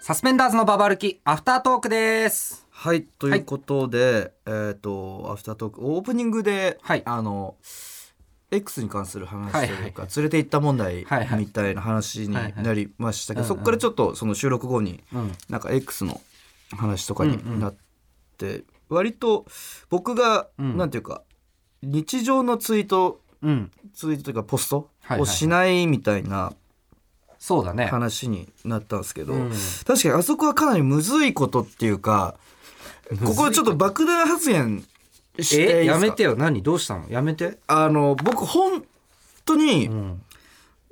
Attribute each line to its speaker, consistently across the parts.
Speaker 1: サスペンダーズのババ歩きアフタートークです
Speaker 2: はいということで、えっ、とアフタートークオープニングで、
Speaker 1: はい
Speaker 2: あの X に関する話というか、
Speaker 1: はいは
Speaker 2: 連れて行った問題
Speaker 1: はいはい
Speaker 2: みたいな話に
Speaker 1: はいはい
Speaker 2: なりましたけど、
Speaker 1: うんうん
Speaker 2: そこからちょっとその収録後に
Speaker 1: うん
Speaker 2: なんか X の話とか
Speaker 1: うんう
Speaker 2: に
Speaker 1: ん
Speaker 2: なって、割と僕が、
Speaker 1: うん
Speaker 2: なんていうか日常のツイート
Speaker 1: うん
Speaker 2: ツイートというかポスト
Speaker 1: はいはい
Speaker 2: をしないみたいな
Speaker 1: そうだね
Speaker 2: 話になったんですけど、
Speaker 1: うん
Speaker 2: 確かにあそこはかなりむずいことっていうかここちょっと爆弾発言してい
Speaker 1: え
Speaker 2: いですか
Speaker 1: やめてよ何どうしたのやめて
Speaker 2: あの僕本当に、
Speaker 1: うん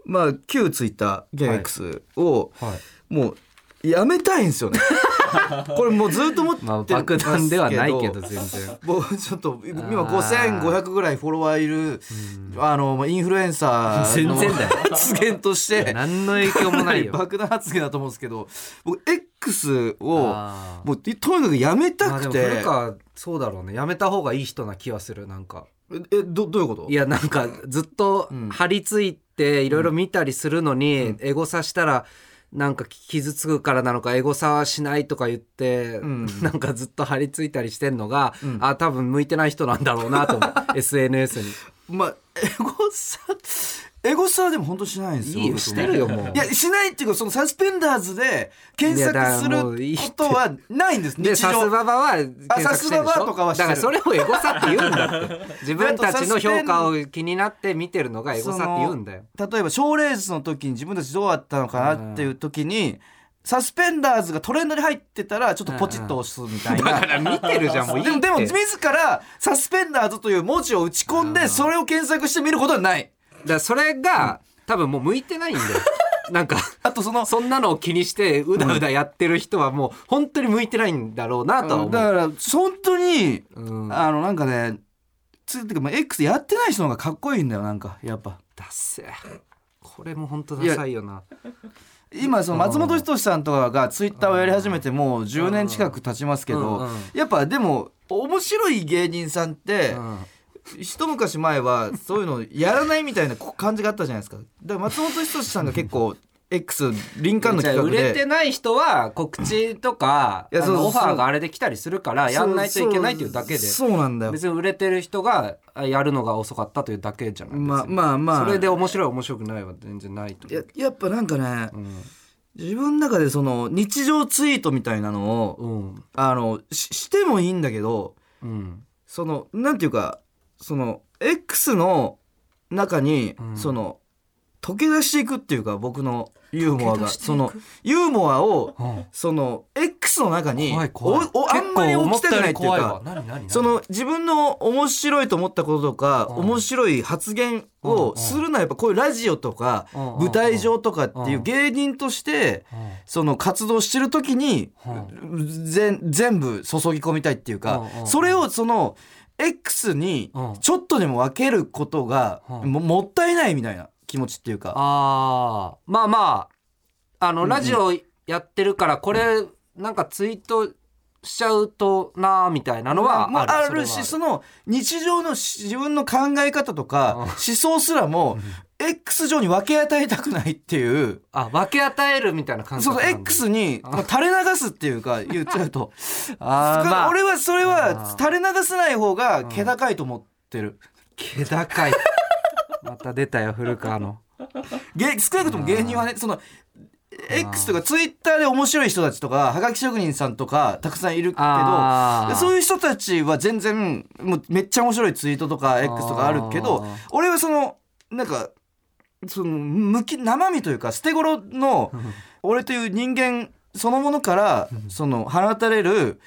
Speaker 2: まあ旧ツイッター
Speaker 1: は
Speaker 2: 現
Speaker 1: い
Speaker 2: X を、
Speaker 1: はい
Speaker 2: もうやめたいんです よねこれもうずっと思って
Speaker 1: まあ
Speaker 2: ますけど
Speaker 1: 爆弾ではないけど全然
Speaker 2: 僕ちょっと今
Speaker 1: あー
Speaker 2: 5500ぐらいフォロワーいるあのまあインフルエンサーの
Speaker 1: 全然だよ
Speaker 2: 発言として
Speaker 1: 何の影響もないよ
Speaker 2: 爆弾発言だと思うんですけど僕 X を
Speaker 1: あー
Speaker 2: もうとにかくやめ
Speaker 1: ま
Speaker 2: た
Speaker 1: あで
Speaker 2: く
Speaker 1: も
Speaker 2: て、
Speaker 1: 古川そうだろうねやめた方がいい人な気はするなんか
Speaker 2: ええどどういうこと
Speaker 1: いやなんかずっと
Speaker 2: うん
Speaker 1: 張り付いていろいろ見たりするのに、エゴサしたらなんか傷つくからなのかエゴサはしないとか言って、
Speaker 2: ん
Speaker 1: なんかずっと張り付いたりしてんのが、
Speaker 2: うん
Speaker 1: あ多分向いてない人なんだろうなと 思う SNS に
Speaker 2: まあエゴサエゴサはでも本当しないんですよ
Speaker 1: いいよ
Speaker 2: 僕も
Speaker 1: してるよもう
Speaker 2: いやしないっていうかそのサスペンダーズで検
Speaker 1: いやだか
Speaker 2: 索す
Speaker 1: ら
Speaker 2: る
Speaker 1: もういいって
Speaker 2: ことはないんです
Speaker 1: で
Speaker 2: 日
Speaker 1: サス
Speaker 2: 常
Speaker 1: ババは検索してるでし
Speaker 2: あサスバ
Speaker 1: ょ
Speaker 2: バとかはして
Speaker 1: だか
Speaker 2: る
Speaker 1: らそれをエゴサって言うんだって 自分たちの評価を気になって見てるのがエゴサって言うんだよ
Speaker 2: 例えば賞レースの時に自分たちどうだったのかなっていう時にサスペンダーズがトレンドに入ってたらちょっとポチッと押すみたいな
Speaker 1: だから見てるじゃんもういいっ
Speaker 2: で
Speaker 1: て
Speaker 2: もでも自らサスペンダーズという文字を打ち込んでそれを検索してみることはない
Speaker 1: だからそれが、多分もう向いてないん だよなんか
Speaker 2: あとその
Speaker 1: そんなのを気にしてうだうだやってる人はもう本当に向いてないんだろうなとは思
Speaker 2: だ
Speaker 1: う。
Speaker 2: から本当に
Speaker 1: うん、ダ
Speaker 2: あのなんかねつってかまあ X やってない人の方がかっこいいんだよなんかやっぱ
Speaker 1: ッセーこれも本当ダサいよな。
Speaker 2: 今その松本人志さんとかがツイッターをやり始めてもう10年近く経ちますけ
Speaker 1: うんう
Speaker 2: ど
Speaker 1: ん
Speaker 2: やっぱでも面白い芸人さんって
Speaker 1: うん
Speaker 2: 一昔前はそういうのやらないみたいなこ感じがあったじゃないですかだから松本人志さんが結構 X 林間の
Speaker 1: じゃあ
Speaker 2: 企
Speaker 1: 売
Speaker 2: 画
Speaker 1: れ
Speaker 2: で
Speaker 1: てない人は告知とか
Speaker 2: いや
Speaker 1: あ
Speaker 2: そう
Speaker 1: の
Speaker 2: そう
Speaker 1: オファーがあれで来たりするからやんないといけないというだけで
Speaker 2: そうそうなんだよ
Speaker 1: 別に売れてる人があやるのが遅かったというだけじゃない
Speaker 2: まあ
Speaker 1: 別に
Speaker 2: まあまあ
Speaker 1: それで面白い面白くないは全然ないと思
Speaker 2: や
Speaker 1: う。
Speaker 2: やっぱなんかね
Speaker 1: うん
Speaker 2: 自分の中でその日常ツイートみたいなのを
Speaker 1: うん
Speaker 2: あのししてもいいんだけど
Speaker 1: うん
Speaker 2: そのなんていうかその X の中に、
Speaker 1: うん
Speaker 2: その溶け出していくっていうか僕のユーモ
Speaker 1: 溶
Speaker 2: ア
Speaker 1: け
Speaker 2: が
Speaker 1: 出していく
Speaker 2: そのユーモアを
Speaker 1: うん
Speaker 2: その X の中に
Speaker 1: 怖い怖い
Speaker 2: おおあんまり起きたくないってい
Speaker 1: 結構
Speaker 2: う
Speaker 1: 思ったより怖いわ
Speaker 2: か
Speaker 1: 何何何
Speaker 2: その自分の面白いと思ったこととか、
Speaker 1: うん
Speaker 2: 面白い発言
Speaker 1: うん
Speaker 2: をするのはやっぱこういうラジオとか、
Speaker 1: うんうんうん
Speaker 2: 舞台上とかっていううん芸人として、
Speaker 1: うん
Speaker 2: その活動してる時に、
Speaker 1: う
Speaker 2: 全全部注ぎ込みたいっていうか、
Speaker 1: うんうんうん
Speaker 2: それをその X に
Speaker 1: うん
Speaker 2: ちょっとでも分けることが、
Speaker 1: うん
Speaker 2: ももったいないみたいな気持ちっていうか。
Speaker 1: ああまあまああの、
Speaker 2: ん
Speaker 1: ラジオやってるからこれなんかツイートしちゃうとなーみたいなのは
Speaker 2: ま
Speaker 1: ある,、
Speaker 2: あ、あるしそ
Speaker 1: の
Speaker 2: の日常のし自分の考え方とか
Speaker 1: うん
Speaker 2: 思想すらも X 上に分け与えたくないっていう
Speaker 1: あ分け与えるみたいな感じ
Speaker 2: その X にまあ垂れ流すっていうか言っちゃうと
Speaker 1: あーまあ
Speaker 2: 俺はそれ
Speaker 1: あ
Speaker 2: は
Speaker 1: ー
Speaker 2: 垂れ流さない方が気高いと思ってる、
Speaker 1: 気高 いまた出たよ古川の
Speaker 2: げ少なくとも芸人はねその X とか Twitter で面白い人たちとかはがき職人さんとかたくさんいるけど
Speaker 1: あー
Speaker 2: そういう人たちは全然もうめっちゃ面白いツイートとか X とかあるけど
Speaker 1: あー
Speaker 2: 俺はそのなんかその向き生身というか捨て頃の
Speaker 1: ん
Speaker 2: 俺という人間そのものからその放たれる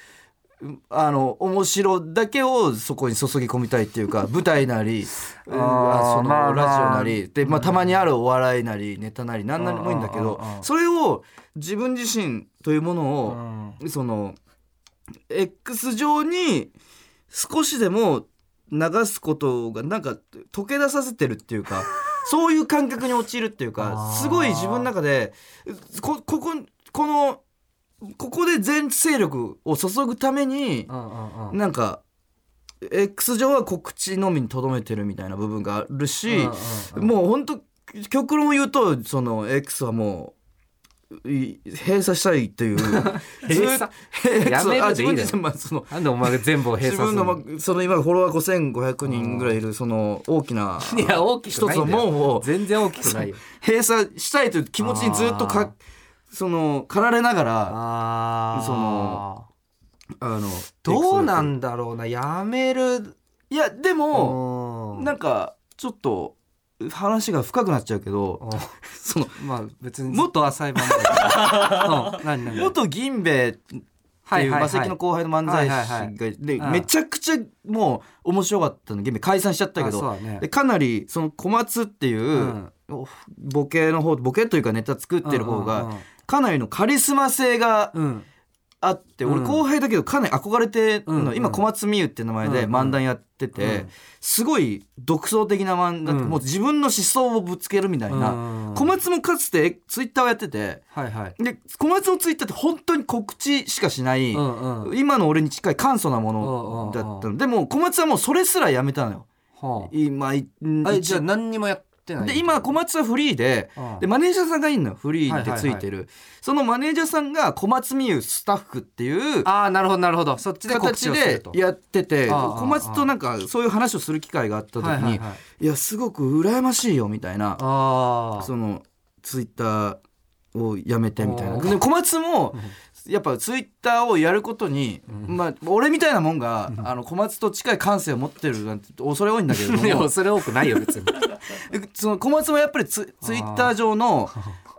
Speaker 2: うあの面白だけをそこに注ぎ込みたいってい うか舞台なり
Speaker 1: あ
Speaker 2: う
Speaker 1: ー
Speaker 2: んあ
Speaker 1: まあ
Speaker 2: その
Speaker 1: まあ
Speaker 2: ラジオなりでまあたまにあるお笑いなりネタなり何なりもいいんだけ
Speaker 1: う
Speaker 2: ど
Speaker 1: んうんうんうん
Speaker 2: それを自分自身というもの
Speaker 1: う
Speaker 2: を
Speaker 1: ん
Speaker 2: その X 上に少しでも流すことがなんか溶け出させてるっていうか そういう感覚に陥るっていう
Speaker 1: あ
Speaker 2: か
Speaker 1: ー
Speaker 2: すごい自分の中でここここのここで全勢力を注ぐために
Speaker 1: うんうんうん
Speaker 2: なんか X 上は告知のみにとどめてるみたいな部分があるし、
Speaker 1: うんうんうん
Speaker 2: もう本当極論を言うとその X はもうい閉鎖したい っていう
Speaker 1: 閉鎖
Speaker 2: ずっ
Speaker 1: やめるでいいだろ
Speaker 2: あ自分自身まあその
Speaker 1: なんでお前が全部を閉
Speaker 2: 自
Speaker 1: 鎖する
Speaker 2: 分の
Speaker 1: の
Speaker 2: まあその今フォロワー5500人ぐらいいるその大きない
Speaker 1: や大きく
Speaker 2: 一
Speaker 1: な
Speaker 2: つ
Speaker 1: い
Speaker 2: の
Speaker 1: んだよ
Speaker 2: 門を
Speaker 1: 全然大きくないよ
Speaker 2: 閉鎖したいという気持ちにずっと
Speaker 1: あー
Speaker 2: かその駆られながら
Speaker 1: あー
Speaker 2: そのあの
Speaker 1: どうなんだろうなやめる
Speaker 2: いやでも
Speaker 1: も
Speaker 2: なんかちょっと話が深くなっちゃうけどその
Speaker 1: まあ別に
Speaker 2: も
Speaker 1: っと浅いままだうん何何
Speaker 2: 元銀兵衛っていう
Speaker 1: はいはいはい
Speaker 2: 馬関の後輩の漫才
Speaker 1: はいはいはい
Speaker 2: 師がで
Speaker 1: うん
Speaker 2: めちゃくちゃもう面白かったの銀兵衛解散しちゃったけ
Speaker 1: あ
Speaker 2: ど
Speaker 1: そうだね
Speaker 2: でかなりその小松っていううんボケの方ボケというかネタ作ってる方
Speaker 1: うん
Speaker 2: がかなりのカリスマ性が
Speaker 1: うんうん
Speaker 2: あって俺
Speaker 1: うん
Speaker 2: 後輩だけどかなり憧れてる
Speaker 1: うんう
Speaker 2: の
Speaker 1: ん
Speaker 2: 今小松美優って名前
Speaker 1: うん
Speaker 2: で
Speaker 1: うん
Speaker 2: 漫談やって
Speaker 1: う
Speaker 2: て
Speaker 1: ん
Speaker 2: すごい独創的な漫
Speaker 1: うん
Speaker 2: 談もう自分の思想をぶつけるみたいな
Speaker 1: うん
Speaker 2: 小松もかつてツイッターをやってて
Speaker 1: はいはい
Speaker 2: で小松のツイッターって本当に告知しかしない
Speaker 1: うんうん
Speaker 2: 今の俺に近い簡素なものだった
Speaker 1: うんうん
Speaker 2: のでも小松はもうそれすらやめたのよ
Speaker 1: は
Speaker 2: 今い
Speaker 1: ああじゃあ何にもやってない
Speaker 2: で今小松はフリーで
Speaker 1: うん
Speaker 2: でマネージャーさんがいるのよフリーでついてるそのマネージャーさんが小松美優スタッフっていう
Speaker 1: ああなるほどなるほどそっちで告知
Speaker 2: 形
Speaker 1: をす
Speaker 2: で
Speaker 1: ると
Speaker 2: やってて
Speaker 1: ああああ
Speaker 2: 小松となんかそういう話をする機会があった時
Speaker 1: はいはい
Speaker 2: に
Speaker 1: はい
Speaker 2: いやすごく羨ましいよみたいな
Speaker 1: ああ
Speaker 2: そのツイッターをやめてみたい
Speaker 1: お
Speaker 2: な
Speaker 1: ー
Speaker 2: で小松もやっぱツイッターをやることに、まあ、俺みたいなもんが、あの小松と近い感性を持ってるなんて恐れ多いんだけれ ど
Speaker 1: いや
Speaker 2: も
Speaker 1: それ多くないよ別に
Speaker 2: その小松もやっぱりツツイッター上 の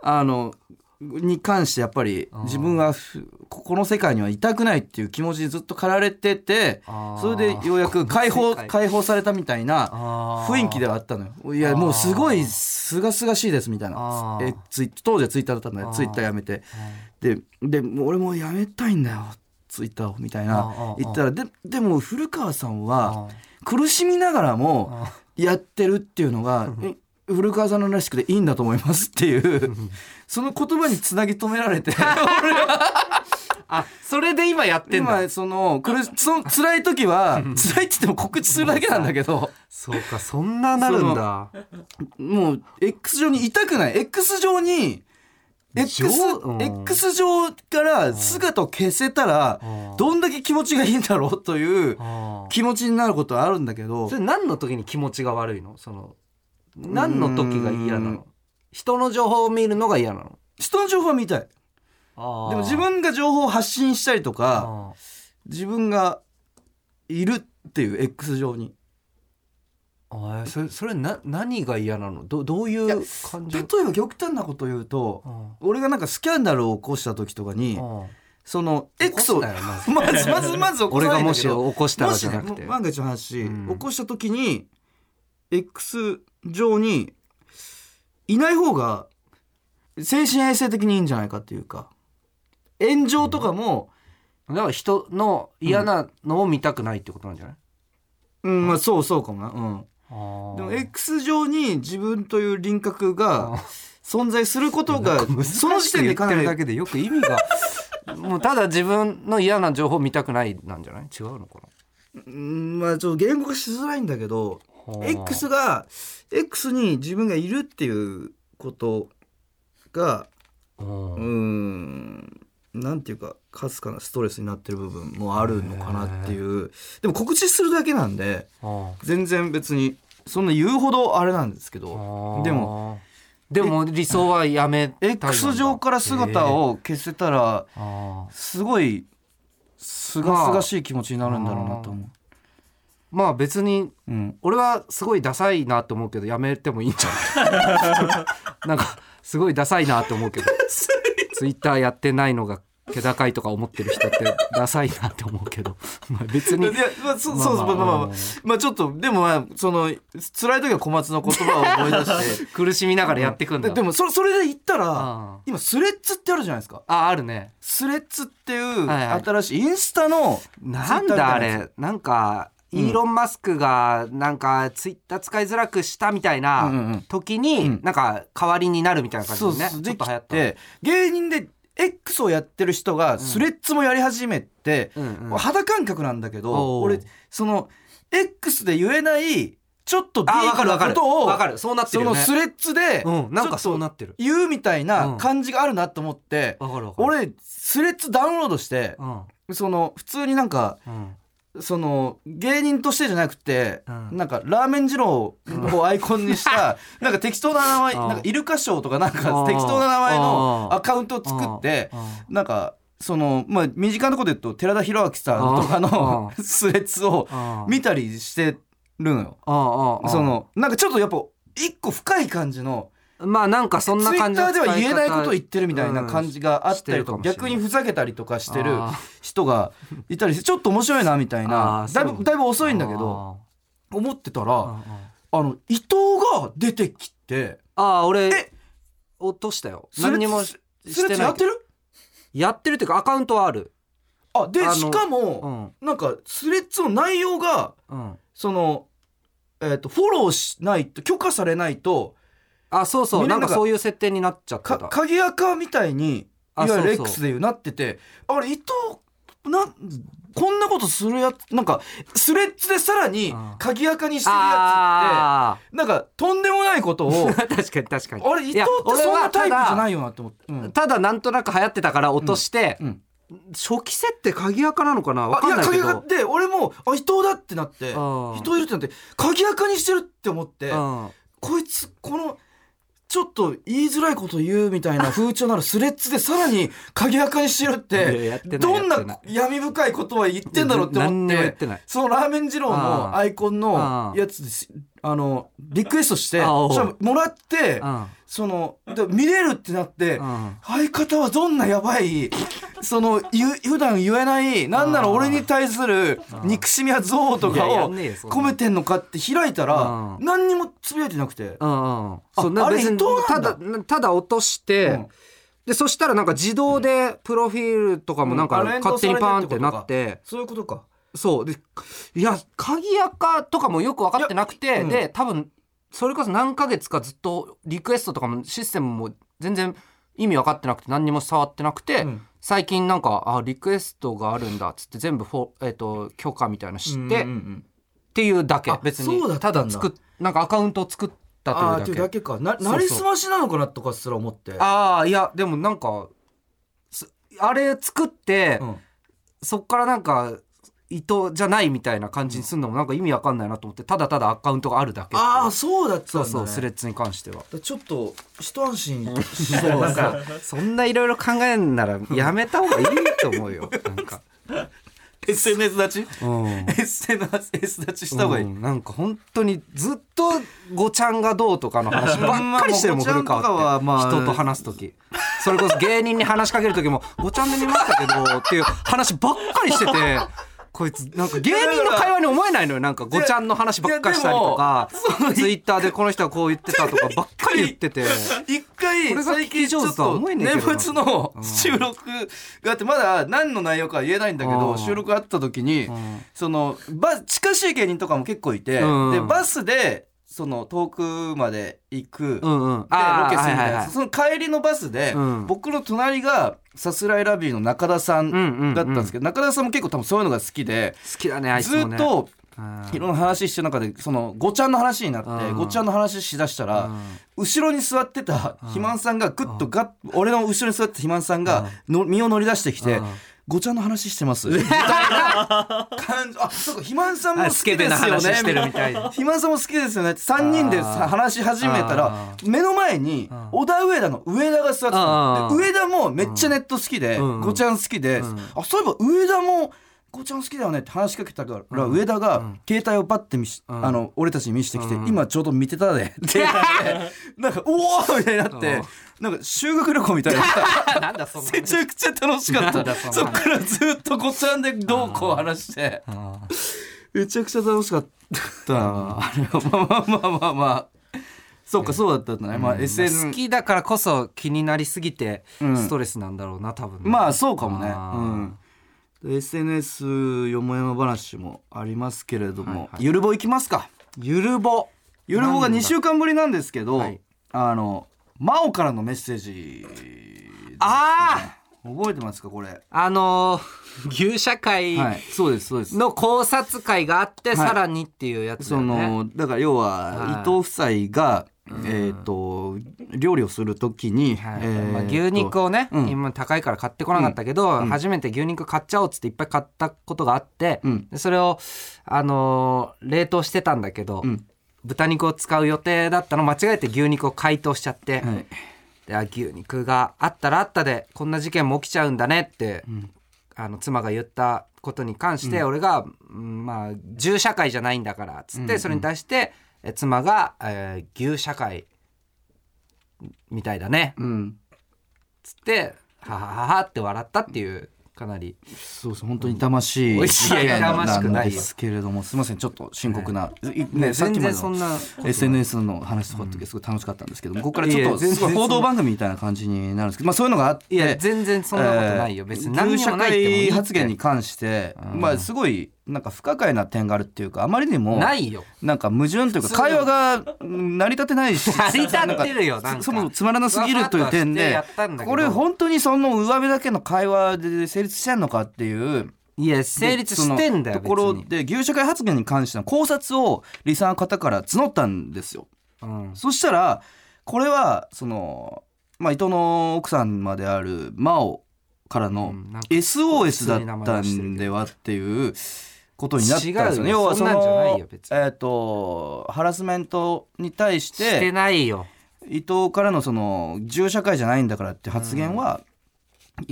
Speaker 2: あのに関してやっぱり
Speaker 1: あー
Speaker 2: 自分はふここの世界にはいたくないっていう気持ちにずっと駆られてて
Speaker 1: あー
Speaker 2: それでようやく解放
Speaker 1: この世界
Speaker 2: 解放されたみたいな雰囲気で
Speaker 1: は
Speaker 2: はあったのよいやもうすごいすがすがしいですみたい
Speaker 1: あ
Speaker 2: な
Speaker 1: ー
Speaker 2: えツイ当時はツイッターだったんだ
Speaker 1: あ
Speaker 2: よ
Speaker 1: ー
Speaker 2: ツイッターやめてででもう俺もうやめたいんだよツイッターをみたい
Speaker 1: あー
Speaker 2: な
Speaker 1: あー
Speaker 2: 言ったらででも古川さんは
Speaker 1: あ
Speaker 2: 苦しみながらも
Speaker 1: あ
Speaker 2: やってるっていうのがえ古川さんのらしくていいんだと思いますっていうその言葉につなぎ止めら れて俺は
Speaker 1: あそれで今やってんだ
Speaker 2: 今その苦しその辛い時は辛いって言っても告知するだけなんだけど
Speaker 1: そうかそんななるんだ
Speaker 2: もう X 上に痛くない X 上に X,
Speaker 1: 上うん
Speaker 2: X 上から姿を消せたら
Speaker 1: うん
Speaker 2: どんだけ気持ちがいいんだろうという
Speaker 1: あ
Speaker 2: 気持ちになることはあるんだけど
Speaker 1: それ何の時に気持ちが悪いのその何の時が嫌な
Speaker 2: うーん
Speaker 1: の人の情報を見るのが嫌なの
Speaker 2: 人の情報は見たいでも自分が情報を発信したりとか
Speaker 1: あ
Speaker 2: 自分がいるっていう X 上に
Speaker 1: あそれそれな何が嫌なのどどうい
Speaker 2: いや
Speaker 1: う感
Speaker 2: 例
Speaker 1: 情
Speaker 2: えば極端なこと言うと
Speaker 1: うん
Speaker 2: 俺がなんかスキャンダルを起こした時とかに
Speaker 1: うん
Speaker 2: その
Speaker 1: 起こ
Speaker 2: X
Speaker 1: す
Speaker 2: を
Speaker 1: なよまず
Speaker 2: まず まずまず起こ
Speaker 1: 俺
Speaker 2: さな
Speaker 1: が
Speaker 2: いんだ
Speaker 1: も
Speaker 2: け
Speaker 1: し
Speaker 2: ど
Speaker 1: 起こしたらじゃなく
Speaker 2: もしてね万が一の話、
Speaker 1: うん
Speaker 2: 起こした時に X 上にいない方が精神衛生的にいいんじゃないかっていうか炎上とかも、
Speaker 1: だから人の嫌なのを見たくないってことなんじゃない
Speaker 2: うんまあ、そうそうかもな、うん、
Speaker 1: で
Speaker 2: でも X 上に自分という輪郭
Speaker 1: あ
Speaker 2: が存在することがそ
Speaker 1: そ
Speaker 2: の
Speaker 1: の
Speaker 2: 時
Speaker 1: 時
Speaker 2: 点
Speaker 1: 点で
Speaker 2: でか
Speaker 1: 言ってる
Speaker 2: なり
Speaker 1: だけでよく意味 がもうただ自分の嫌な情報見たくないなんじゃない違うのか
Speaker 2: うんまあちょっと言語化しづらいんだけど
Speaker 1: な
Speaker 2: X が X に自分がいるっていうことがうーんなんていうかかすかなストレスになってる部分もあるのかなっていうでも告知するだけなんで全然別にそんな言うほどあれなんですけどで
Speaker 1: もでも理想はやめたいんだ
Speaker 2: X 上から姿を消せたら、
Speaker 1: えーあー
Speaker 2: すごいすがすがしい気持ちになるんだろうなと思
Speaker 1: まあ別に
Speaker 2: う、うん、
Speaker 1: 俺はすごいダサいなと思うけどやめてもいいんじゃない なんかすごいダサいなと思うけ どツイッターやってないのが気高いとか思ってる人ってダサいなって思うけどまあ別
Speaker 2: い
Speaker 1: に
Speaker 2: やまあそうそうまあまあまあまあまあちょっとでもまあその辛い時は小松の言葉を思い出して
Speaker 1: 苦しみながらやってくんだ
Speaker 2: ででもそそれで言ったら
Speaker 1: あ
Speaker 2: 今スレッズってあるじゃないですか
Speaker 1: ああるね
Speaker 2: スレッズっていう
Speaker 1: はいはい
Speaker 2: 新しいインスタの
Speaker 1: なんだあれなんかイーロン・マスクがなんかツイッター使いづらくしたみたい
Speaker 2: うんうんうん
Speaker 1: な時
Speaker 2: う
Speaker 1: に
Speaker 2: ん
Speaker 1: なんか代わりになるみたいな感じ
Speaker 2: そ
Speaker 1: で
Speaker 2: う
Speaker 1: ね
Speaker 2: そう
Speaker 1: ちょっ
Speaker 2: で
Speaker 1: と
Speaker 2: き
Speaker 1: 流行って
Speaker 2: 芸人で X をやってる人がスレッズもやり始めて、
Speaker 1: たうんうん
Speaker 2: 肌感覚なんだけ
Speaker 1: お
Speaker 2: ど
Speaker 1: ー
Speaker 2: 俺その X で言えないちょっとディ
Speaker 1: あわ
Speaker 2: ー
Speaker 1: か
Speaker 2: プ
Speaker 1: るわ
Speaker 2: な
Speaker 1: か
Speaker 2: こ
Speaker 1: る
Speaker 2: とを
Speaker 1: わかるそうなって
Speaker 2: そ
Speaker 1: るよ
Speaker 2: の
Speaker 1: ね
Speaker 2: スレッズで
Speaker 1: うんなんかそうなってる
Speaker 2: 言うみたいな感じがあるなと思って、
Speaker 1: わかるわかる
Speaker 2: 俺スレッズダウンロードして
Speaker 1: うん
Speaker 2: その普通になんか
Speaker 1: うん
Speaker 2: その芸人としてじゃなくて、
Speaker 1: うん
Speaker 2: なんかラーメン二郎をアイコン にした、なんか適当な名前
Speaker 1: あー
Speaker 2: なんかイルカショーとかなん
Speaker 1: あ
Speaker 2: か
Speaker 1: ー
Speaker 2: 適当な名前の
Speaker 1: あー
Speaker 2: アカウントを作って
Speaker 1: うん
Speaker 2: なんかそのまあ身近なこと言うと寺田裕明さんとかの
Speaker 1: あ
Speaker 2: スレッズを
Speaker 1: うん
Speaker 2: 見たりしてるのよ。
Speaker 1: うんうん
Speaker 2: そのなんかちょっとやっぱ一個深い感じの
Speaker 1: まあなんかそん
Speaker 2: ツ
Speaker 1: な
Speaker 2: イ
Speaker 1: 感
Speaker 2: ッ
Speaker 1: じ
Speaker 2: タ
Speaker 1: の
Speaker 2: ーで
Speaker 1: 使
Speaker 2: は言えない
Speaker 1: 方
Speaker 2: ことを言ってるみたいな感じがあった
Speaker 1: うんして
Speaker 2: りとか
Speaker 1: るかも
Speaker 2: 逆
Speaker 1: しれない
Speaker 2: にふざけたりとかしてる
Speaker 1: あー
Speaker 2: 人がいたりしてちょっと面白いなみたいな
Speaker 1: あー
Speaker 2: だい
Speaker 1: そ
Speaker 2: ぶ
Speaker 1: う
Speaker 2: だいぶ遅いんだけど思ってた
Speaker 1: あーうん
Speaker 2: ら
Speaker 1: うん
Speaker 2: あの伊藤が出てきて
Speaker 1: あー
Speaker 2: え
Speaker 1: 俺落としたよ何にもし
Speaker 2: ススレ
Speaker 1: て
Speaker 2: ッズ
Speaker 1: な
Speaker 2: や
Speaker 1: い
Speaker 2: ってる
Speaker 1: やってるっていうかアカウントはある
Speaker 2: あで
Speaker 1: あの
Speaker 2: しか
Speaker 1: う
Speaker 2: も
Speaker 1: ん
Speaker 2: なんかスレッズの内容が
Speaker 1: うん
Speaker 2: そのえーとフォローしないと許可されないと
Speaker 1: あそうそう
Speaker 2: みん
Speaker 1: な
Speaker 2: なんが
Speaker 1: かそういう設定になっちゃって
Speaker 2: か
Speaker 1: た
Speaker 2: 鍵垢みたいにい
Speaker 1: あ
Speaker 2: わゆる
Speaker 1: そう
Speaker 2: X
Speaker 1: そう
Speaker 2: でいうなっててあれ伊藤なんこんなことするやつなんかスレッズでさらに
Speaker 1: うん
Speaker 2: 鍵垢にしてるや
Speaker 1: あ
Speaker 2: つってなんかとんでもないこと を
Speaker 1: あ確かに確かに
Speaker 2: あれ伊藤ってそんなタイプじゃないよなって思って、うん
Speaker 1: ただなんとなく流行ってたから落として、
Speaker 2: うん
Speaker 1: 初期設定鍵垢なのかなわ
Speaker 2: あい
Speaker 1: かん
Speaker 2: や
Speaker 1: ないけ
Speaker 2: 鍵
Speaker 1: ど
Speaker 2: 垢で俺もあ伊藤だってなって
Speaker 1: うん
Speaker 2: 伊藤いるってなって鍵垢にしてるって思って
Speaker 1: うん
Speaker 2: こいつこのちょっと言いづらいこと言うみたいな風潮ならスレッズでさらに鍵垢にしてるっ
Speaker 1: いや
Speaker 2: て
Speaker 1: やってない
Speaker 2: どん
Speaker 1: やって
Speaker 2: ない闇深いことは言ってんだろうって
Speaker 1: 何
Speaker 2: 思っ
Speaker 1: にも言っててない
Speaker 2: そのラーメン二郎のアイコンの
Speaker 1: あー
Speaker 2: やつですあのリクエストして
Speaker 1: あおう
Speaker 2: そしたらもらって
Speaker 1: うん
Speaker 2: そので見れるってなって
Speaker 1: うん
Speaker 2: 相方はどんなやばいそのゆ普段言えないなんなら俺に対する憎しみや憎悪とか
Speaker 1: いやや
Speaker 2: を
Speaker 1: んねえよそんな
Speaker 2: 込めてんのかって開いたら
Speaker 1: うん
Speaker 2: 何にもつぶやいてなくて
Speaker 1: うんうん
Speaker 2: あ
Speaker 1: そうな
Speaker 2: あれ
Speaker 1: 別に
Speaker 2: 伊藤な
Speaker 1: た
Speaker 2: んだ
Speaker 1: だただ落として、
Speaker 2: うん
Speaker 1: でそしたらなんか自動でプロフィールとかもなん
Speaker 2: う
Speaker 1: か
Speaker 2: んあ連動
Speaker 1: 勝手にパーンってなっ
Speaker 2: さ
Speaker 1: て、
Speaker 2: そういうことか
Speaker 1: そうでいや鍵垢とかもよく分かってなく
Speaker 2: いや
Speaker 1: て、
Speaker 2: うん
Speaker 1: で多分それこそ何ヶ月かずっとリクエストとかもシステムも全然意味分かってなくて何にも触ってなくて、
Speaker 2: うん
Speaker 1: 最近なんかあリクエストがあるんだっつって全部フォ、えっと許可みたいなの知って、
Speaker 2: うんうん
Speaker 1: っ
Speaker 2: うん
Speaker 1: ていうだけ
Speaker 2: あ
Speaker 1: 別に
Speaker 2: そうだったんだ
Speaker 1: だ作っなんかアカウントを作ったという
Speaker 2: あ
Speaker 1: だ
Speaker 2: あ
Speaker 1: け
Speaker 2: というだけかな
Speaker 1: そう
Speaker 2: なりすましなのかなとかすら思って
Speaker 1: ああいやでもなんかすあれ作って、
Speaker 2: うん
Speaker 1: そっからなんか伊藤じゃないみたいな感じにするのもなんか意味わかんないなと思ってただただアカウントがあるだけ
Speaker 2: ああそうだった
Speaker 1: そ
Speaker 2: ん
Speaker 1: う
Speaker 2: だね
Speaker 1: そうスレッズに関しては。
Speaker 2: ちょっと一安心し
Speaker 1: そ
Speaker 2: たな
Speaker 1: うんそ
Speaker 2: か
Speaker 1: う そんないろいろ考えんならやめた方がいいと思うよなんか
Speaker 2: SNS 立ち
Speaker 1: うん
Speaker 2: SNS 立ちした方がいい、
Speaker 1: うんなんか本当にずっとごちゃんがどうとかの話ばっかりしてるもん
Speaker 2: まあ
Speaker 1: 古川って
Speaker 2: ごちゃんとかはまあ
Speaker 1: 人と話す時それこそ芸人に話しかける時も「ごちゃんで見ましたけど」っていう話ばっかりして て。こいつなんか芸人の会話に思えないのよなんかごちゃんの話ばっかりしたりとかツイッターでこの人はこう言ってたとかばっかり言ってて
Speaker 2: 一回
Speaker 1: これが
Speaker 2: 最近ちょ
Speaker 1: 聞き上
Speaker 2: っ
Speaker 1: 手とは
Speaker 2: と
Speaker 1: 思えねえ
Speaker 2: 年
Speaker 1: けどな
Speaker 2: 末の
Speaker 1: うん
Speaker 2: 収録があってまだ何の内容かは言えないんだけ
Speaker 1: う
Speaker 2: ど
Speaker 1: ん
Speaker 2: 収録あった時に
Speaker 1: ん
Speaker 2: そのバ近しい芸人とかも結構いて
Speaker 1: うん
Speaker 2: でバスでその遠くまで行く
Speaker 1: う。んうん
Speaker 2: でロ
Speaker 1: あー
Speaker 2: ケするみた
Speaker 1: はいいは
Speaker 2: ない
Speaker 1: はい
Speaker 2: その帰りのバスで、
Speaker 1: うん
Speaker 2: 僕の隣がさすらいラビーの中田さ
Speaker 1: う
Speaker 2: ん
Speaker 1: んうんうん
Speaker 2: だったんですけど、中田さんも結構多分そういうのが好きで、
Speaker 1: 好きだねあいつ
Speaker 2: ず
Speaker 1: も
Speaker 2: っ
Speaker 1: ね
Speaker 2: と
Speaker 1: うん
Speaker 2: いろんな話してる中でそのごちゃんの話になって
Speaker 1: うん
Speaker 2: ごちゃんの話しだした
Speaker 1: う
Speaker 2: ら
Speaker 1: ん
Speaker 2: 後ろに座ってた肥満さんがグッとガッ俺の後ろに座ってた肥満さんがの身を乗り出してきて
Speaker 1: うん
Speaker 2: 「ごちゃんの話し てます」みたいな感じあそうか肥満さんも好
Speaker 1: あ
Speaker 2: き
Speaker 1: スケベ
Speaker 2: で
Speaker 1: な
Speaker 2: すよ
Speaker 1: 話
Speaker 2: ね
Speaker 1: してるみたいな
Speaker 2: 肥満さんも好きですよねって3人で
Speaker 1: あー
Speaker 2: 話し始めたら
Speaker 1: あ
Speaker 2: 目の前に
Speaker 1: ん
Speaker 2: 小田上田の上田が座ってたの
Speaker 1: あー
Speaker 2: で上田もめっちゃネット好きで
Speaker 1: うん
Speaker 2: ごちゃん好きで
Speaker 1: うん
Speaker 2: あそういえば上田もごちゃん好きだよねって話しかけたから上田が携帯をバッて見し
Speaker 1: ん
Speaker 2: あの俺たちに見せてきて
Speaker 1: うん
Speaker 2: 今ちょうど見てたで って言ってなんかおおみたいになっ
Speaker 1: う
Speaker 2: て
Speaker 1: ん
Speaker 2: なんか修学旅行みたい な
Speaker 1: なんだそんな
Speaker 2: めちゃくちゃ楽しかっ
Speaker 1: なん
Speaker 2: た
Speaker 1: だそんな
Speaker 2: そっからずっとごちゃんでどうこう話して。めちゃくちゃ楽しかったなあれはまあまあまあまあまあそうかそうだったんだね、まあ SN
Speaker 1: 好きだからこそ気になりすぎて
Speaker 2: ん
Speaker 1: ストレスなんだろうな多分ね
Speaker 2: まあそうかもね
Speaker 1: あ
Speaker 2: うん SNS よもやま話もありますけれども、ゆるぼいきますかゆるぼゆるぼが
Speaker 1: なんだ
Speaker 2: 2週間ぶりなんですけど、
Speaker 1: はい
Speaker 2: あの真央からのメッセージ
Speaker 1: あー
Speaker 2: 覚えてますかこれ
Speaker 1: あのー 牛社会
Speaker 2: はいそうですそうです
Speaker 1: の考察会があって、
Speaker 2: い
Speaker 1: さらにっていうやつだ
Speaker 2: そ
Speaker 1: よね
Speaker 2: のだから要は
Speaker 1: はい
Speaker 2: 伊藤夫妻がえっと料理をするときに
Speaker 1: はい
Speaker 2: えー
Speaker 1: まあ、牛肉をね、
Speaker 2: うん
Speaker 1: 今高いから買ってこなかったけど、
Speaker 2: うん
Speaker 1: 初めて牛肉買っちゃおうっつっていっぱい買ったことがあって、
Speaker 2: うん
Speaker 1: でそれを、あのー冷凍してたんだけど、
Speaker 2: うん
Speaker 1: 豚肉を使う予定だったの間違えて牛肉を解凍しちゃって、
Speaker 2: はい
Speaker 1: であ牛肉があったらあったでこんな事件も起きちゃうんだねって、あの妻が言ったことに関して、俺が、うんまあ銃社会じゃないんだからっつって、それに対してえ妻が、えー牛社会みたいだね
Speaker 2: うん
Speaker 1: つってははははって笑ったっていうかなり
Speaker 2: そうそう本当に痛ましい
Speaker 1: いや痛ましくないよ
Speaker 2: んですけれどもすみませんちょっと深刻な、いね
Speaker 1: ね
Speaker 2: さっ
Speaker 1: 全
Speaker 2: きまで
Speaker 1: 然
Speaker 2: の
Speaker 1: そんな
Speaker 2: SNS の話とかってすごい楽しかったんですけども、ここからち
Speaker 1: い
Speaker 2: ょ
Speaker 1: や
Speaker 2: っ
Speaker 1: い
Speaker 2: と
Speaker 1: や
Speaker 2: すごい
Speaker 1: 全然
Speaker 2: 報道番組みたいな感じになるんですけど、まあ、そういうのがあって
Speaker 1: いや全然そんなことないよ、別に何にもないってもいい
Speaker 2: 旧
Speaker 1: って
Speaker 2: 社会発言に関して、まあ、すごいなんか不可解な点があるっていうかあまりにも
Speaker 1: ない よ
Speaker 2: なんか矛盾というか会話がうん成り立てないし
Speaker 1: 成り立ってるよなんか
Speaker 2: そもそもつまらなすぎるという点
Speaker 1: ふ
Speaker 2: で
Speaker 1: わふわっとしてやったんだけど
Speaker 2: これ本当にその上辺だけの会話で成立してんのかっていう。
Speaker 1: いや成立してんだよ
Speaker 2: でそのところ
Speaker 1: 別に、
Speaker 2: で牛社会発言に関しての考察をリサーの方から募ったんですよ。
Speaker 1: うん
Speaker 2: そしたらこれはその、まあ、伊藤の奥さんまである真央からの
Speaker 1: うんなんか
Speaker 2: SOS だったんではっていうことになったんですよね。
Speaker 1: 違うよ
Speaker 2: 要はその
Speaker 1: そんなんじゃないよ別に
Speaker 2: えっ、とハラスメントに対し
Speaker 1: して
Speaker 2: て
Speaker 1: ないよ
Speaker 2: 伊藤からのその銃社会じゃないんだからって発言は、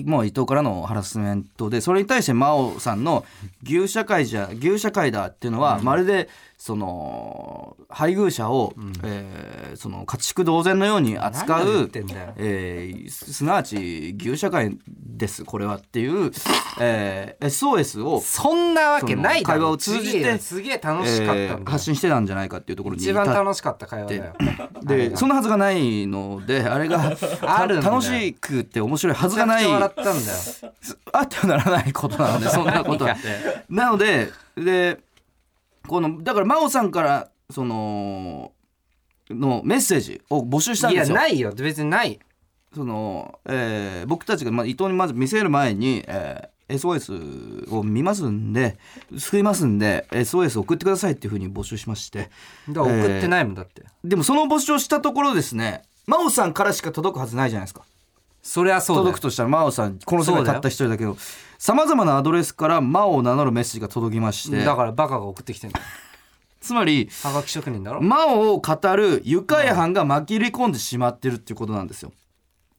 Speaker 2: もう伊藤からのハラスメントでそれに対して真央さんの牛社会じゃ牛社会だっていうのは、まるでその配偶者を、えーその家畜同然のように扱
Speaker 1: 何を言
Speaker 2: う
Speaker 1: ってんだよ
Speaker 2: えーすすなわち牛社会ですこれはっていう、えー SOS を
Speaker 1: そんなわけないだろ
Speaker 2: 会話を通じ
Speaker 1: す
Speaker 2: て
Speaker 1: げえすげえ楽しかったんだよ
Speaker 2: えー発信してたんじゃないかっていうところに
Speaker 1: 一
Speaker 2: 至っ
Speaker 1: 番
Speaker 2: て
Speaker 1: 楽しかった会話だよあれ
Speaker 2: で
Speaker 1: が
Speaker 2: そんなはずがないのであれが
Speaker 1: あるんだよ
Speaker 2: 楽しくって面白いはずが
Speaker 1: め
Speaker 2: な
Speaker 1: ち
Speaker 2: い
Speaker 1: ゃくちゃ笑った
Speaker 2: あ
Speaker 1: んだよ
Speaker 2: ってはならないことなのでそんなこと
Speaker 1: 何が
Speaker 2: なのででこのだから真央さんからそののメッセージを募集したん
Speaker 1: い
Speaker 2: で
Speaker 1: や
Speaker 2: すよ
Speaker 1: ないよ別にない
Speaker 2: その、えー僕たちが、まあ、伊藤にまず見せる前に、えー SOS を見ますんで救いますんで SOS 送ってくださいっていうふうに募集しまして
Speaker 1: だから送ってないもんだって、
Speaker 2: でもその募集をしたところですね真央さんからしか届くはずないじゃないですか
Speaker 1: そりゃそうだよ
Speaker 2: 届くとしたら真央さんこの世界たった一人だけどさまざまなアドレスから真央を名乗るメッセージが届きまして
Speaker 1: だからバカが送ってきてんだよ
Speaker 2: つまり
Speaker 1: はがき職人だろ
Speaker 2: 真央を語る愉快犯が紛れ込んでしまってるっていうことなんですよ。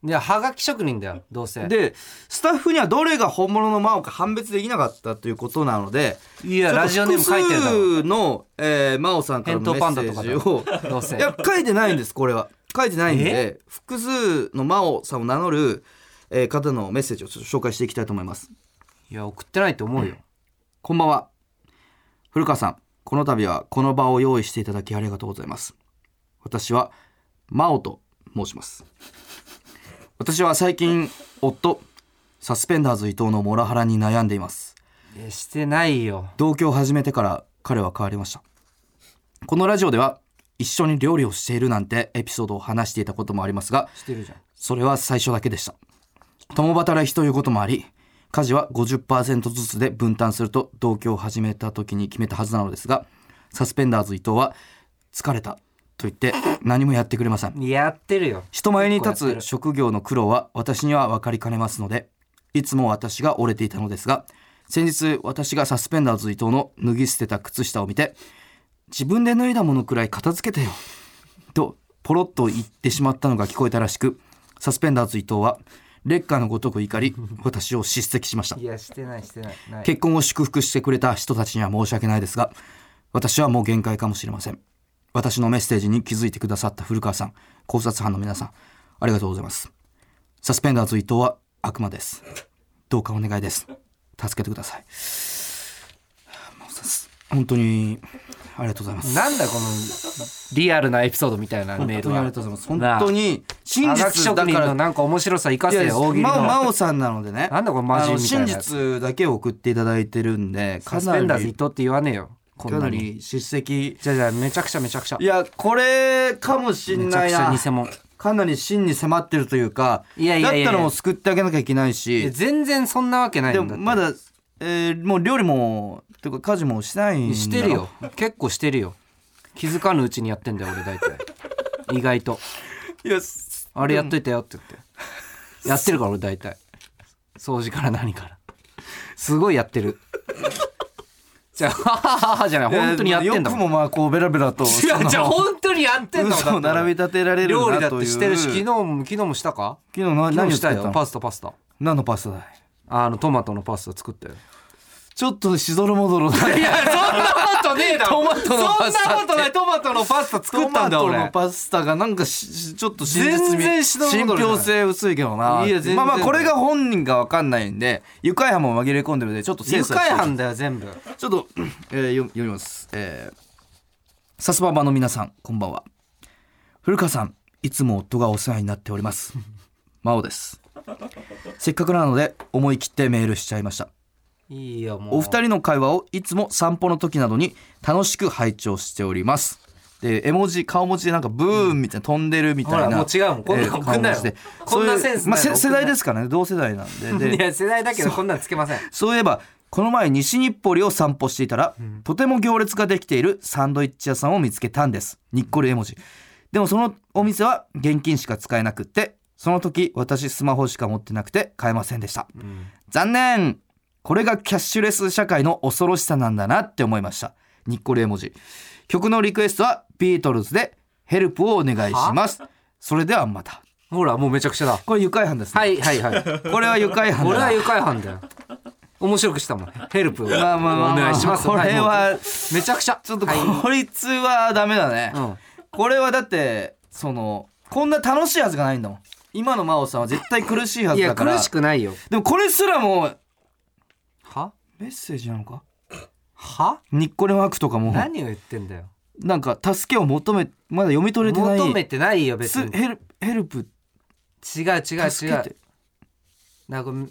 Speaker 1: いやはがき職人だよどうせ
Speaker 2: でスタッフにはどれが本物の真央か判別できなかったということなので
Speaker 1: いやラジオネーム書いてるだ
Speaker 2: ちょ
Speaker 1: ろ
Speaker 2: っと複数の、えー、真央さんからのメッセージ
Speaker 1: 返答パンダ
Speaker 2: を
Speaker 1: とかだろどうせ
Speaker 2: いや書いてないんですこれは書いてないんで複数の真央さんを名乗る、えー方のメッセージをちょっと紹介していきたいと思います。
Speaker 1: いや送ってないと思うよ、
Speaker 2: こんばんは。古川さん、この度はこの場を用意していただきありがとうございます。私は、真央と申します。私は最近、夫、サスペンダーズ伊藤のモラハラに悩んでいます。
Speaker 1: いやしてないよ
Speaker 2: 同居を始めてから彼は変わりましたこのラジオでは一緒に料理をしているなんてエピソードを話していたこともありますが
Speaker 1: してるじゃん
Speaker 2: それは最初だけでした共働きということもあり家事は50%ずつで分担すると同居を始めた時に決めたはずなのですがサスペンダーズ伊藤は疲れたと言って何もやってくれません
Speaker 1: やってるよ
Speaker 2: 人前に
Speaker 1: 結構やって
Speaker 2: 立つ
Speaker 1: る
Speaker 2: 職業の苦労は私には分かりかねますのでいつも私が折れていたのですが先日私がサスペンダーズ伊藤の脱ぎ捨てた靴下を見て自分で脱いだものくらい片付けてよとポロッと言ってしまったのが聞こえたらしくサスペンダーズ伊藤は劣化のごとく怒り私を叱責しました
Speaker 1: いやしてないしてないない
Speaker 2: 結婚を祝福してくれた人たちには申し訳ないですが私はもう限界かもしれません私のメッセージに気づいてくださった古川さん考察班の皆さんありがとうございますサスペンダーズ伊藤は悪魔ですどうかお願いです助けてくださいもうさす本当にありがとうございます
Speaker 1: なんだこのリアルなエピソードみたいなメー
Speaker 2: 本当
Speaker 1: ル
Speaker 2: にあり
Speaker 1: は
Speaker 2: がとうございます本当に真
Speaker 1: はがき
Speaker 2: 実
Speaker 1: 職
Speaker 2: だ
Speaker 1: 人
Speaker 2: から
Speaker 1: のなんか面白さ生か
Speaker 2: い
Speaker 1: せ
Speaker 2: や
Speaker 1: よ大喜利の
Speaker 2: 真央真央さんなのでね
Speaker 1: なんだこのマジみたい
Speaker 2: あの
Speaker 1: なや
Speaker 2: 真
Speaker 1: つ
Speaker 2: 実だけを送っていただいてるんで
Speaker 1: サ
Speaker 2: か
Speaker 1: ス
Speaker 2: な
Speaker 1: ペンダーズ伊
Speaker 2: り
Speaker 1: 藤って言わねえよこ
Speaker 2: か
Speaker 1: ん
Speaker 2: な
Speaker 1: なに
Speaker 2: り叱責
Speaker 1: じゃあじゃあめちゃくちゃめちゃくちゃ
Speaker 2: いやこれかもしん
Speaker 1: めちゃ
Speaker 2: な
Speaker 1: く
Speaker 2: い
Speaker 1: ちゃ
Speaker 2: な
Speaker 1: 偽物
Speaker 2: かなり真に迫ってるというか
Speaker 1: いやいやいやいや
Speaker 2: だったらもう救ってあげなきゃいけない
Speaker 1: いや
Speaker 2: し
Speaker 1: 全然そんなわけないん
Speaker 2: で
Speaker 1: だっ
Speaker 2: も
Speaker 1: て
Speaker 2: まだ、えーもう料理もというか家事もしないんだろ
Speaker 1: してるよ結構してるよ気づかぬうちにやってんだよ俺大体意外と
Speaker 2: いやす
Speaker 1: あれやっといたよって言ってやってるから俺大体掃除から何からすごいやってるじゃあははははじゃない本当にやってんだ
Speaker 2: いやよく
Speaker 1: もん
Speaker 2: もまあこうベラベラと
Speaker 1: いやじゃあ
Speaker 2: そ
Speaker 1: 本当にやってん
Speaker 2: の
Speaker 1: だ
Speaker 2: 嘘
Speaker 1: も
Speaker 2: を
Speaker 1: んだって
Speaker 2: 並び立てられるな
Speaker 1: 料
Speaker 2: と
Speaker 1: 理
Speaker 2: いう
Speaker 1: だってしてるし昨日
Speaker 2: 昨
Speaker 1: も昨日もしたか
Speaker 2: 日な
Speaker 1: 昨
Speaker 2: 何を
Speaker 1: 日し
Speaker 2: した
Speaker 1: た
Speaker 2: の
Speaker 1: よパスタパスタ
Speaker 2: 何のパスタだい
Speaker 1: あのトマトのパスタ作ったよ
Speaker 2: ちょっとしどろもどろだ
Speaker 1: いやそんなことねえだろ
Speaker 2: トマトのパス
Speaker 1: そ
Speaker 2: タって
Speaker 1: んなことないトマトのパスタ作ったんだ
Speaker 2: トマ
Speaker 1: 俺
Speaker 2: トのパスタがなんかししちょっと真実味
Speaker 1: 全然しどろもどろじゃない
Speaker 2: 信憑性薄いけどないい
Speaker 1: や全然
Speaker 2: まあまあこれが本人かわかんないんで愉快犯も紛れ込んでるんでちょっと精
Speaker 1: 愉
Speaker 2: 査して
Speaker 1: 快犯だよ全部
Speaker 2: ちょっと、 えー、読読みますえーさすばばの皆さんこんばんは古川さんいつも夫がお世話になっております真央ですせっかくなので思い切ってメールしちゃいました
Speaker 1: いいよもう
Speaker 2: お二人の会話をいつも散歩の時などに楽しく拝聴しております。で絵文字顔文字でなんかブーンみたいな、飛んでるみたいな
Speaker 1: ほらもう違うもんこんなの
Speaker 2: えー
Speaker 1: 送んなよ
Speaker 2: 顔文字で
Speaker 1: こんなセンスないの
Speaker 2: そ
Speaker 1: 送
Speaker 2: ういうまあ、せ
Speaker 1: ん
Speaker 2: 世
Speaker 1: ない
Speaker 2: 代ですからね同世代なん で
Speaker 1: い
Speaker 2: で
Speaker 1: や世代だけどこんなんつけません
Speaker 2: そういえばこの前西日暮里を散歩していたら、とても行列ができているサンドイッチ屋さんを見つけたんですにっこり絵文字でもそのお店は現金しか使えなくってその時私スマホしか持ってなくて買えませんでした、残念これがキャッシュレス社会の恐ろしさなんだなって思いましたにっこり絵文字曲のリクエストはビートルズでヘルプをお願いしますそれではまた
Speaker 1: ほらもうめちゃくちゃだ
Speaker 2: これ愉快犯ですね、
Speaker 1: はいはいはい
Speaker 2: これは愉快犯だ
Speaker 1: 俺
Speaker 2: な
Speaker 1: は愉快犯だよ面白くしたもんヘルプをお
Speaker 2: まあまあまあまあ
Speaker 1: 願いします
Speaker 2: これ
Speaker 1: い
Speaker 2: は
Speaker 1: もうめちゃくちゃ
Speaker 2: ちょっと
Speaker 1: はい
Speaker 2: こいつはダメだね、
Speaker 1: うん
Speaker 2: これはだってそのこんな楽しいはずがないんだもん今の真央さんは絶対苦しいはいず
Speaker 1: や
Speaker 2: だから
Speaker 1: 苦しくないよ
Speaker 2: でもこれすらも
Speaker 1: は
Speaker 2: メッセージなのか
Speaker 1: は
Speaker 2: ニッコレマークとかも
Speaker 1: 何を言ってんだよ
Speaker 2: なんか助けを求めまだ読み取れてない
Speaker 1: 求めてないよ別
Speaker 2: す
Speaker 1: に
Speaker 2: ヘルヘルプ
Speaker 1: 違う違う違
Speaker 2: 助けて
Speaker 1: うなんか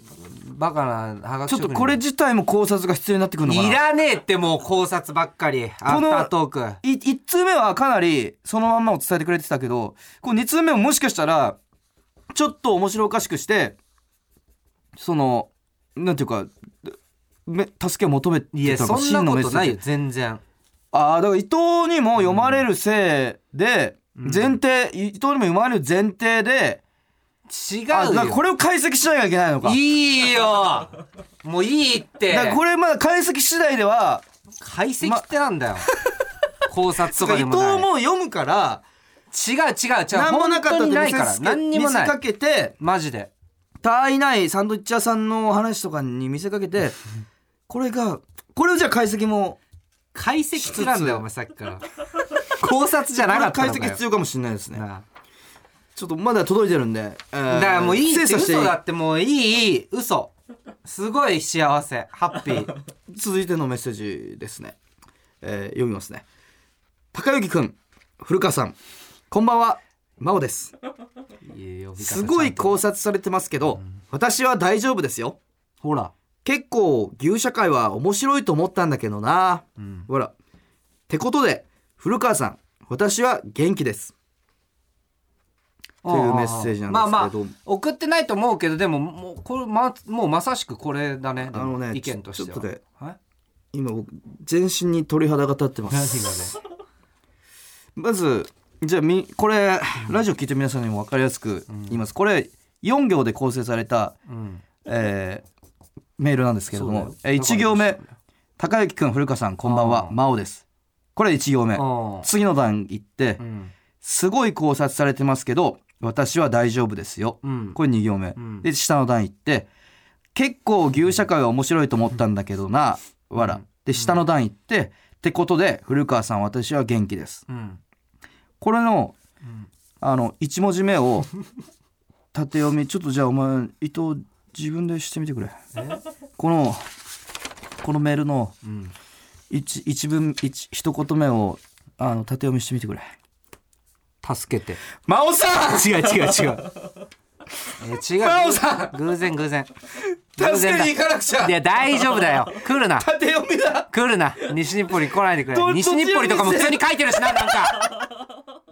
Speaker 1: バカなハガキ
Speaker 2: ちょっ
Speaker 1: 職
Speaker 2: と
Speaker 1: 人
Speaker 2: これ自体も考察が必要になってくるのかない
Speaker 1: らねえってもう考察ばっかりアフタートーク
Speaker 2: い1通目はかなりそのまんまを伝えてくれてたけどこう2通目ももしかしたらちょっと面白おかしくしてそのなんていうかめ助けを求めて
Speaker 1: いや
Speaker 2: た
Speaker 1: そ
Speaker 2: の
Speaker 1: んな
Speaker 2: の
Speaker 1: ことないよ
Speaker 2: ジ
Speaker 1: 全然
Speaker 2: ああだから伊藤にも読まれるせいで、前提伊藤にも読まれる前提で
Speaker 1: 違う
Speaker 2: あだから
Speaker 1: よ
Speaker 2: これを解析しなきゃいけないのか
Speaker 1: いいよもういいって
Speaker 2: だからこれまだ解析次第では
Speaker 1: 解析ってなんだよ、考察と
Speaker 2: 伊
Speaker 1: かで
Speaker 2: 藤
Speaker 1: もない
Speaker 2: も読むから
Speaker 1: 違う違う違う
Speaker 2: 何もなか
Speaker 1: 本当
Speaker 2: ったと
Speaker 1: に
Speaker 2: 見
Speaker 1: ない
Speaker 2: せ
Speaker 1: から
Speaker 2: つけ
Speaker 1: 何にも
Speaker 2: 見
Speaker 1: な
Speaker 2: せか
Speaker 1: い
Speaker 2: けて
Speaker 1: マジで
Speaker 2: 他愛ないサンドイッチ屋さんのお話とかに見せかけてこれがこれをじゃあ解析も
Speaker 1: 解析ってなんだよお前さっきから考察じゃ
Speaker 2: こ
Speaker 1: な
Speaker 2: れ
Speaker 1: かった
Speaker 2: は解
Speaker 1: のか
Speaker 2: 析
Speaker 1: よ
Speaker 2: 必要かもしれないですね
Speaker 1: なあ
Speaker 2: ちょっとまだ届いてるんでだ
Speaker 1: だからもういいって
Speaker 2: 精査して
Speaker 1: 嘘だってもういいいい嘘すごい幸せハッピー
Speaker 2: 続いてのメッセージですね、えー読みますね高幸くん古川さんこんばんは真央ですすごい考察されてますけど私は大丈夫ですよ
Speaker 1: ほら
Speaker 2: 結構牛社会は面白いと思ったんだけどな、
Speaker 1: ん
Speaker 2: ほらってことで古川さん私は元気ですというメッセージなんですけど
Speaker 1: まあまあ送ってないと思うけどでももうこれまもうまさしくこれだねでも
Speaker 2: あのね
Speaker 1: 意見としては
Speaker 2: ちょっとね
Speaker 1: はい
Speaker 2: 今僕全身に鳥肌が立ってま
Speaker 1: 何
Speaker 2: す
Speaker 1: がね
Speaker 2: まずじゃあみこれラジオ聞いてる皆さんにも分かりやすく言います、これ4行で構成された、
Speaker 1: うん
Speaker 2: えーメールなんですけれど
Speaker 1: そ
Speaker 2: も
Speaker 1: うだ
Speaker 2: え
Speaker 1: よ
Speaker 2: 1行目「高幸くん古川さんこんばん
Speaker 1: あ
Speaker 2: は
Speaker 1: ー
Speaker 2: 真央です」これ1行目
Speaker 1: ああ
Speaker 2: 次の段行って、
Speaker 1: うん
Speaker 2: すごい考察されてますけど私は大丈夫ですよ、
Speaker 1: うん
Speaker 2: これ2行目、
Speaker 1: ん
Speaker 2: で下の段行って結構牛社会は面白いと思ったんだけどな、わらで下の段行って、ってことで古川さん私は元気です
Speaker 1: うん
Speaker 2: これの,、あの1文字目を縦読みちょっとじゃあお前伊藤自分でしてみてくれこのこのメールの
Speaker 1: うん
Speaker 2: 一一文一一言目をあの縦読みしてみてくれ
Speaker 1: 助けて
Speaker 2: 真央さん違う違う違う
Speaker 1: え違う
Speaker 2: 真央さ
Speaker 1: 偶然偶然偶
Speaker 2: 助
Speaker 1: 然
Speaker 2: け
Speaker 1: だ
Speaker 2: に行かなくちゃ
Speaker 1: いや大丈夫だよ来るな
Speaker 2: 縦読みだ
Speaker 1: 来るな西日暮里来ないでく
Speaker 2: ど
Speaker 1: れ西日暮里とかも普通に書いてるしななんか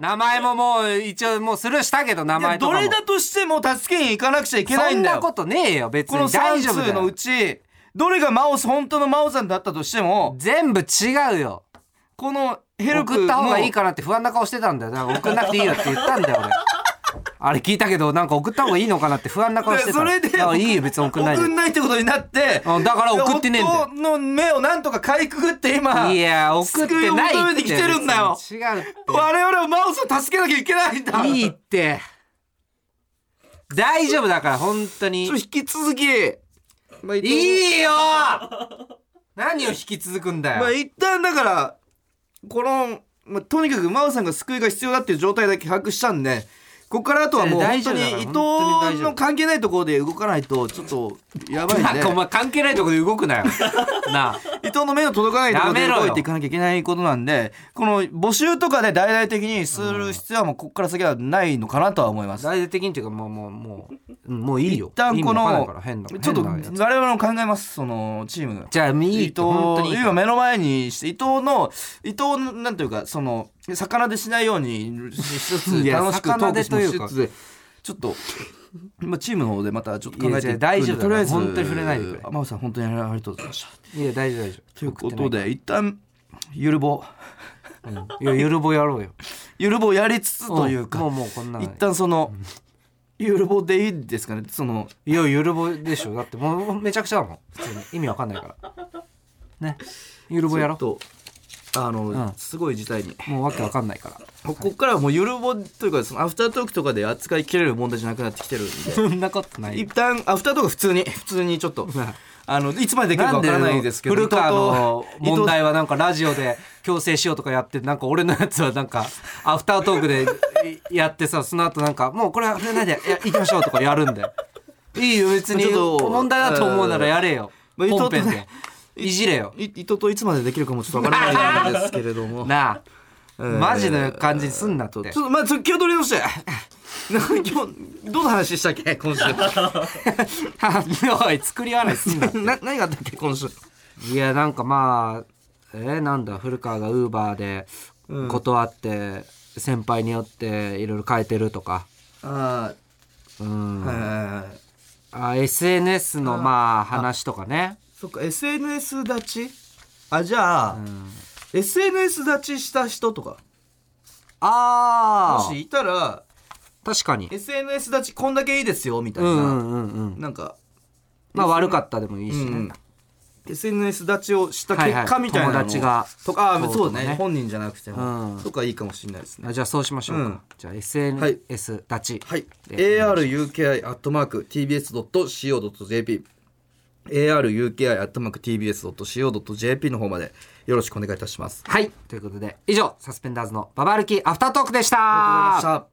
Speaker 1: 名前ももう一応もうスルーしたけど名
Speaker 2: いや
Speaker 1: 前と
Speaker 2: ど
Speaker 1: かも
Speaker 2: れだとしても助けに行かなくちゃいけない
Speaker 1: そ
Speaker 2: ん
Speaker 1: ん
Speaker 2: だ
Speaker 1: な
Speaker 2: よこ
Speaker 1: ことねえよ別
Speaker 2: の
Speaker 1: に
Speaker 2: 3
Speaker 1: 大丈夫だ
Speaker 2: 通のう
Speaker 1: よ
Speaker 2: ちどれが真央さん本当の真央さんだったとしても
Speaker 1: 全部違うよ
Speaker 2: このヘルプ
Speaker 1: 送った方がいい
Speaker 2: か
Speaker 1: かなって不安な顔してたんだよだから送んなくていいよって言ったんだよ 俺あれ聞いたけどなんか送った方がいいのかなって不安な顔してた
Speaker 2: それで
Speaker 1: だからいいよ別に送んないで
Speaker 2: 送んないってことになって
Speaker 1: うんだから送ってねえんだよ
Speaker 2: 夫の目をなんとかかいくぐって今
Speaker 1: いや送ってない
Speaker 2: 救いを求
Speaker 1: っ
Speaker 2: め
Speaker 1: て
Speaker 2: てきてるんだよ
Speaker 1: 別に違うって
Speaker 2: 我々を真央さん助けなきゃいけないんだ
Speaker 1: いいって大丈夫だから本当に
Speaker 2: ちょっと引き続き、まあ、
Speaker 1: い
Speaker 2: い
Speaker 1: いよ何を引き続くんだよ、
Speaker 2: まあ一旦だからこの、まあ、とにかく真央さんが救いが必要だっていう状態だけ把握したんでここからあとはもう
Speaker 1: いや大
Speaker 2: 本当
Speaker 1: 丈夫だ
Speaker 2: に伊
Speaker 1: から本当に
Speaker 2: 藤
Speaker 1: 大丈
Speaker 2: の
Speaker 1: 夫
Speaker 2: 関係ないところで動かないとちょっとやばいん
Speaker 1: なん
Speaker 2: で
Speaker 1: かお前関係 ないとこで動く なよなあ
Speaker 2: 伊藤の目の届かないところで
Speaker 1: やめろよ
Speaker 2: 動いていかなきゃいけないことなんでこの募集とかで大々的にする必要はもうここから先はないのかなとは思います。
Speaker 1: 大々的にっていうかもうもうもううんもういいよ
Speaker 2: 一旦この
Speaker 1: 意味わかんないから変な
Speaker 2: ちょっと
Speaker 1: 変なやつ
Speaker 2: 我々も考えますそのチーム
Speaker 1: じゃあいい
Speaker 2: 伊
Speaker 1: っ
Speaker 2: 藤
Speaker 1: て本当にいいから
Speaker 2: 今目の前にして伊藤の伊藤のなんていうかその魚でしないようにししつつ
Speaker 1: いや
Speaker 2: 楽しくトークし
Speaker 1: 魚でと
Speaker 2: し
Speaker 1: いうか
Speaker 2: つつちょっとまあチームの方でまたちょっと考え
Speaker 1: いや
Speaker 2: て
Speaker 1: いや大丈夫だ
Speaker 2: とりあえず
Speaker 1: 本当に触れないでくれ
Speaker 2: 真帆さん本当にありがとうございました
Speaker 1: いや大丈夫大丈夫
Speaker 2: ということで一旦ゆるぼ
Speaker 1: いやゆるぼやろうよ
Speaker 2: ゆるぼやりつつという
Speaker 1: もう
Speaker 2: か
Speaker 1: もうこんなの
Speaker 2: 一旦そのゆるぼでいいですかねその
Speaker 1: いやゆるぼでしょだってもうめちゃくちゃだもん普通に意味わかんないからねゆるぼやろ
Speaker 2: ちょっとあの
Speaker 1: ん
Speaker 2: すごい事態に
Speaker 1: もうわけわかんないから
Speaker 2: ここからはもうゆるぼというかそのアフタートークとかで扱いきれる問題じゃなくなってきてるんで
Speaker 1: そんなことないよ
Speaker 2: 一旦アフタートーク普通に普通にちょっと あのいつまでできるかわからないですけど
Speaker 1: 古川の
Speaker 2: 伊藤と
Speaker 1: 問題はなんかラジオで強制しようとかやってなんか俺のやつはなんかアフタートークでいやってさその後なんかもうこれは触れないでいや行きましょうとかやるんでいいよ別に
Speaker 2: ちょっと
Speaker 1: 問題だと思うならやれよ
Speaker 2: まあ伊藤
Speaker 1: 本
Speaker 2: とね
Speaker 1: 編でいじれよ
Speaker 2: 伊藤といつまでできるかもちょっとわから ないんですけれども
Speaker 1: なあ
Speaker 2: えー
Speaker 1: マジの感じにすんなっ
Speaker 2: ちょってとまあちょっと気を取り直して なんか今日どの話したっ け今週
Speaker 1: おい作り笑いすんな
Speaker 2: な何があったっけ今週
Speaker 1: いやなんかまあえー、なんだ古川がウーバーで
Speaker 2: うん
Speaker 1: 断って先輩によっていろいろ変えてるとか、
Speaker 2: あ
Speaker 1: うん
Speaker 2: あはいはいはいはい
Speaker 1: あ SNS のまあ話とかね、
Speaker 2: そっか SNS 立ちあじゃあ、SNS 立ちした人とかも
Speaker 1: ああ
Speaker 2: しいたら
Speaker 1: 確かに
Speaker 2: SNS 立ちこんだけいいですよみたいうな、
Speaker 1: んうんうんうん
Speaker 2: なんか
Speaker 1: まあ悪かったでもいいしね、
Speaker 2: うん SNS 立ちをした結
Speaker 1: はい
Speaker 2: 果
Speaker 1: はい
Speaker 2: みたいなの、
Speaker 1: 友達が
Speaker 2: とかあ
Speaker 1: そう
Speaker 2: そう
Speaker 1: とか
Speaker 2: ね
Speaker 1: ね
Speaker 2: 本人じゃなくても、
Speaker 1: うん
Speaker 2: とかいいかもしれないですね
Speaker 1: あじゃあそうしましょうか、
Speaker 2: うん
Speaker 1: じゃあ
Speaker 2: はい
Speaker 1: SNS 立ち、
Speaker 2: はい
Speaker 1: で
Speaker 2: aruki.tbs.co.jp aruki.tbs.co.jp の方までよろしくお願いいたします
Speaker 1: はいということで以上サスペンダーズのババ歩きアフタートークでした
Speaker 2: ありがとうございました